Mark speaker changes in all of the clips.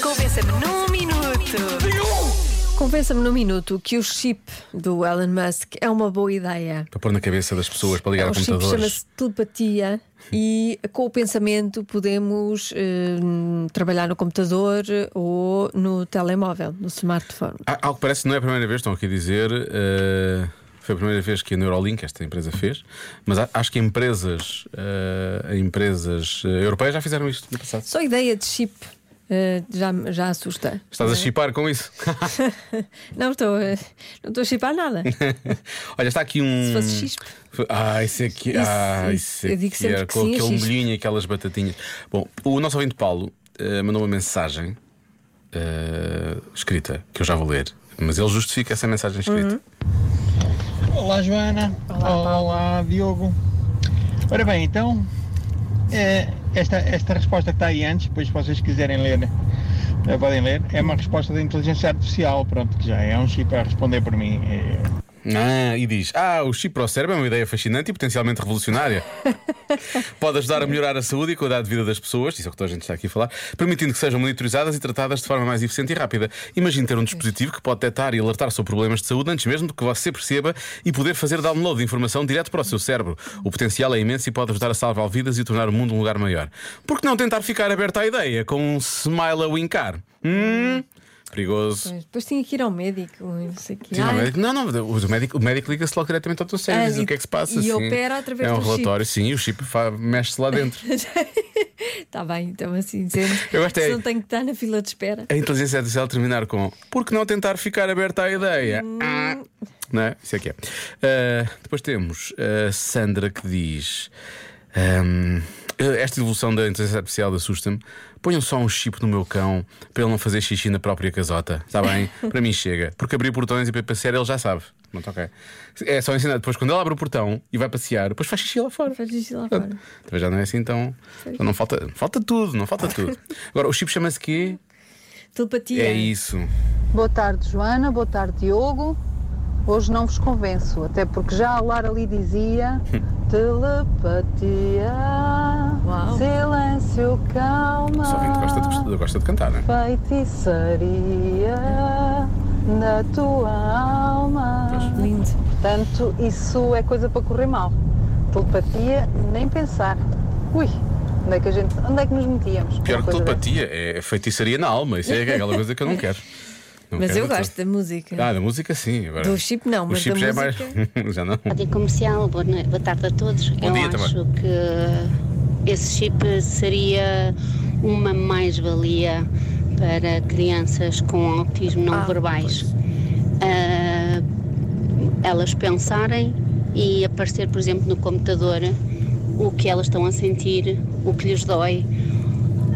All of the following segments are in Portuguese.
Speaker 1: Convença-me num minuto.
Speaker 2: Convença-me num minuto que o chip do Elon Musk é uma boa ideia.
Speaker 3: Para pôr na cabeça das pessoas para ligar
Speaker 2: o
Speaker 3: a
Speaker 2: É um chip
Speaker 3: computadores.
Speaker 2: chama-se telepatia e com o pensamento podemos eh, trabalhar no computador ou no telemóvel, no smartphone.
Speaker 3: Há- Algo que parece que não é a primeira vez, estão aqui a dizer. eh, foi a primeira vez que a Neuralink, esta empresa, fez. Mas a- acho que empresas, eh, empresas eh, europeias já fizeram isto no passado.
Speaker 2: Só a ideia de chip eh, já, me- já assusta.
Speaker 3: Estás a chipar com isso?
Speaker 2: Não estou, eh, não estou a chipar nada.
Speaker 3: Olha, está aqui um.
Speaker 2: Se fosse chispe.
Speaker 3: Ah, isso aqui.
Speaker 2: Isso,
Speaker 3: ah,
Speaker 2: isso.
Speaker 3: isso aqui
Speaker 2: Eu digo sempre
Speaker 3: era
Speaker 2: que
Speaker 3: com
Speaker 2: sim, é
Speaker 3: aquele
Speaker 2: chispe.
Speaker 3: molhinho e aquelas batatinhas. Bom, o nosso ouvinte Paulo eh, mandou uma mensagem eh, escrita, que eu já vou ler, mas ele justifica essa mensagem
Speaker 2: Uhum.
Speaker 3: escrita.
Speaker 4: Olá Joana, olá, Diogo. Ora bem, então é, esta, esta resposta que está aí antes, depois se vocês quiserem ler, eh, podem ler, é uma resposta da inteligência artificial, pronto, que já é um chip a responder por mim. É,
Speaker 3: Ah, e diz: Ah, o chip para o cérebro é uma ideia fascinante e potencialmente revolucionária. Pode ajudar a melhorar a saúde e a qualidade de vida das pessoas, isso é o que toda a gente está aqui a falar, permitindo que sejam monitorizadas e tratadas de forma mais eficiente e rápida. Imagine ter um dispositivo que pode detectar e alertar sobre problemas de saúde antes mesmo do que você perceba e poder fazer download de informação direto para o seu cérebro. O potencial é imenso e pode ajudar a salvar vidas e tornar o mundo um lugar maior. Por que não tentar ficar aberto à ideia com um smile a wincar? Hum, perigoso.
Speaker 2: Mas depois tinha que ir ao médico, não sei o quê.
Speaker 3: Sim, não,
Speaker 2: Ai,
Speaker 3: o um médico- não, não, o médico, o médico liga-se logo diretamente ao teu cérebro
Speaker 2: Ah,
Speaker 3: e diz
Speaker 2: e-
Speaker 3: o que é que se passa.
Speaker 2: e
Speaker 3: sim.
Speaker 2: opera através
Speaker 3: É um
Speaker 2: do chip.
Speaker 3: relatório, sim, e o chip fa- mexe-se lá dentro.
Speaker 2: Está bem, então assim dizendo.
Speaker 3: Eu gostei.
Speaker 2: Se não tenho que estar na fila de espera.
Speaker 3: A inteligência artificial terminar com por que não tentar ficar aberta à ideia? Ah. Não é? Isso é que é. Ah, depois temos a Sandra que diz: "Ahm, Esta evolução da inteligência artificial assusta-me. Ponham só um chip no meu cão para ele não fazer xixi na própria casota. Está bem? para mim chega. Porque abrir portões e para passear ele já sabe. Pronto, ok. É só ensinar. Depois, quando ele abre o portão e vai passear, depois faz xixi lá fora.
Speaker 2: Faz xixi lá
Speaker 3: Pronto.
Speaker 2: fora.
Speaker 3: Talvez já não é assim tão.
Speaker 2: Sim.
Speaker 3: Não falta, falta tudo, não falta tudo. Agora, o chip chama-se quê?
Speaker 2: Telepatia.
Speaker 3: É isso.
Speaker 5: Boa tarde, Joana. Boa tarde, Diogo. Hoje não vos convenço, até porque já a Lara ali dizia telepatia,
Speaker 2: Uau.
Speaker 5: silêncio,
Speaker 3: O Só vinte gosta
Speaker 5: calma,
Speaker 3: de, gosta de cantar, não é?
Speaker 5: feitiçaria na tua alma.
Speaker 2: Lindo.
Speaker 5: Portanto, isso é coisa para correr mal. Telepatia, nem pensar. Ui, onde é que a gente, onde é que nos metíamos?
Speaker 3: Pior que
Speaker 5: Uma coisa
Speaker 3: telepatia é feitiçaria na alma. Isso é aquela coisa que eu não quero. Não
Speaker 2: Mas
Speaker 3: quero
Speaker 2: eu
Speaker 3: de todo.
Speaker 2: gosto da música.
Speaker 3: Ah, da música sim. Agora,
Speaker 2: Do chip não,
Speaker 3: o
Speaker 2: mas da
Speaker 3: chip já
Speaker 2: música-
Speaker 3: é mais. já não.
Speaker 6: Rádio Comercial, boa, noi- boa tarde a todos.
Speaker 3: Bom
Speaker 6: Eu
Speaker 3: dia, Tamara.
Speaker 6: acho que esse chip seria uma mais-valia para crianças com autismo não
Speaker 2: Ah,
Speaker 6: verbais. Ah, elas pensarem e aparecer, por exemplo, no computador o que elas estão a sentir, o que lhes dói.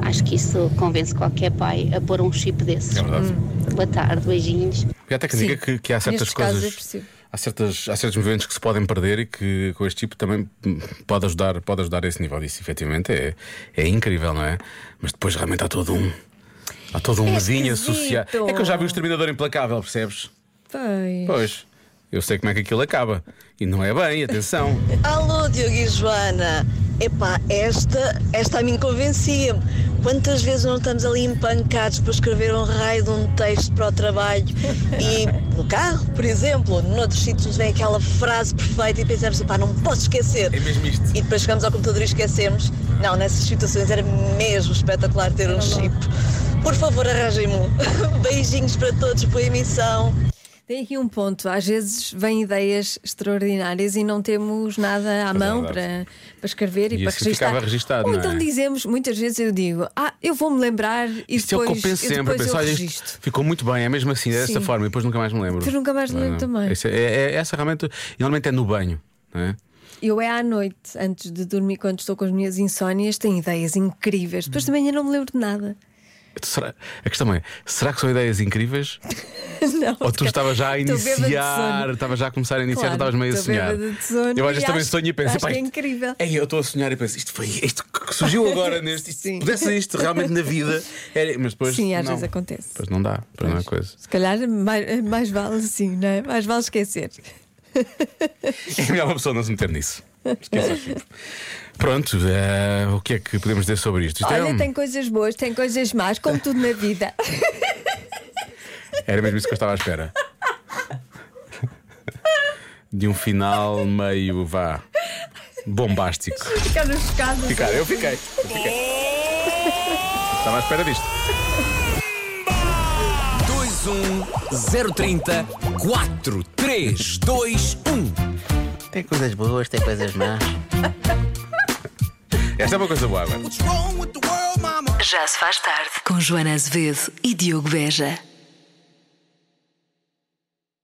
Speaker 6: Acho que isso convence qualquer pai a pôr um chip desses.
Speaker 3: É verdade.
Speaker 6: Boa tarde, beijinhos.
Speaker 3: E até que
Speaker 2: Hum. Sim.
Speaker 3: diga que, que há certas
Speaker 2: Nestes casos é
Speaker 3: coisas.
Speaker 2: possível.
Speaker 3: há, certas, há certos movimentos que se podem perder e que com este tipo também hum, pode ajudar, pode ajudar a esse nível. Isso efetivamente é, é incrível, não é? Mas depois realmente há todo um. Há todo um
Speaker 2: É
Speaker 3: medinho
Speaker 2: esquisito.
Speaker 3: associado. É que eu já vi o exterminador implacável, percebes?
Speaker 2: Pois.
Speaker 3: Pois. Eu sei como é que aquilo acaba. E não é bem, atenção.
Speaker 7: Alô, Diogo e Joana. Epá, esta, esta a mim convencia-me. Quantas vezes não estamos ali empancados para escrever um raio de um texto para o trabalho e no carro, por exemplo, noutros sítios vem aquela frase perfeita e pensamos, epá, não posso esquecer.
Speaker 3: É mesmo isto.
Speaker 7: E depois chegamos ao computador e esquecemos. Não, nessas situações era mesmo espetacular ter um chip. Por favor, arranjem-me. um. Beijinhos para todos, boa emissão.
Speaker 2: Tem aqui um ponto. Às vezes vêm ideias extraordinárias e não temos nada à
Speaker 3: Pois é,
Speaker 2: mão para,
Speaker 3: verdade.
Speaker 2: para escrever e,
Speaker 3: E
Speaker 2: para
Speaker 3: isso
Speaker 2: registrar.
Speaker 3: ficava registado,
Speaker 2: Ou
Speaker 3: não é?
Speaker 2: então dizemos, muitas vezes eu digo, ah, eu vou-me lembrar e
Speaker 3: Isto é o
Speaker 2: depois
Speaker 3: que eu penso
Speaker 2: e
Speaker 3: sempre. Eu
Speaker 2: depois
Speaker 3: penso,
Speaker 2: eu
Speaker 3: olha,
Speaker 2: registro.
Speaker 3: isto ficou muito bem, é mesmo assim, é dessa
Speaker 2: Sim.
Speaker 3: forma, e depois nunca mais me lembro.
Speaker 2: Depois nunca mais me lembro
Speaker 3: Não,
Speaker 2: também.
Speaker 3: esse- é, é- essa realmente, e normalmente é no banho, não é?
Speaker 2: Eu é à noite, antes de dormir, quando estou com as minhas insónias, tenho ideias incríveis.
Speaker 3: Hum.
Speaker 2: Depois também eu não me lembro de nada.
Speaker 3: Será- a questão é: será que são ideias incríveis?
Speaker 2: Não,
Speaker 3: Ou tu
Speaker 2: porque
Speaker 3: estavas já a
Speaker 2: estou bêbada de
Speaker 3: iniciar,
Speaker 2: sono.
Speaker 3: estavas já a começar a iniciar,
Speaker 2: Claro,
Speaker 3: estavas meio a
Speaker 2: estou
Speaker 3: sonhar?
Speaker 2: bêbada de sono
Speaker 3: Eu às vezes
Speaker 2: e
Speaker 3: também
Speaker 2: acho-
Speaker 3: sonho e penso:
Speaker 2: acho
Speaker 3: "Pá,
Speaker 2: que é
Speaker 3: isto-
Speaker 2: incrível."
Speaker 3: Ei, eu estou a sonhar e penso: isto foi isto que surgiu agora neste, isto,
Speaker 2: Sim.
Speaker 3: se pudesse isto realmente na vida. Era- mas depois.
Speaker 2: Sim, às
Speaker 3: não.
Speaker 2: vezes acontece.
Speaker 3: Depois não dá, depois não é coisa.
Speaker 2: Se calhar mais, mais vale sim, não é? Mais vale esquecer.
Speaker 3: É melhor uma pessoa não se meter nisso. Esqueça aquilo. Pronto, eh, o que é que podemos dizer sobre isto? Isto é
Speaker 2: Olha,
Speaker 3: um-
Speaker 2: tem coisas boas, tem coisas más, como tudo na vida.
Speaker 3: Era mesmo isso que eu estava à espera. De um final meio vá. Bombástico.
Speaker 2: Ficar chocado.
Speaker 3: Ficar, eu fiquei. Eu fiquei. Estava à espera disto.
Speaker 1: 030 4321
Speaker 8: Tem coisas boas, tem coisas más.
Speaker 3: Esta é uma coisa boa, agora.
Speaker 9: Já se faz tarde com Joana Azevedo e Diogo Beja.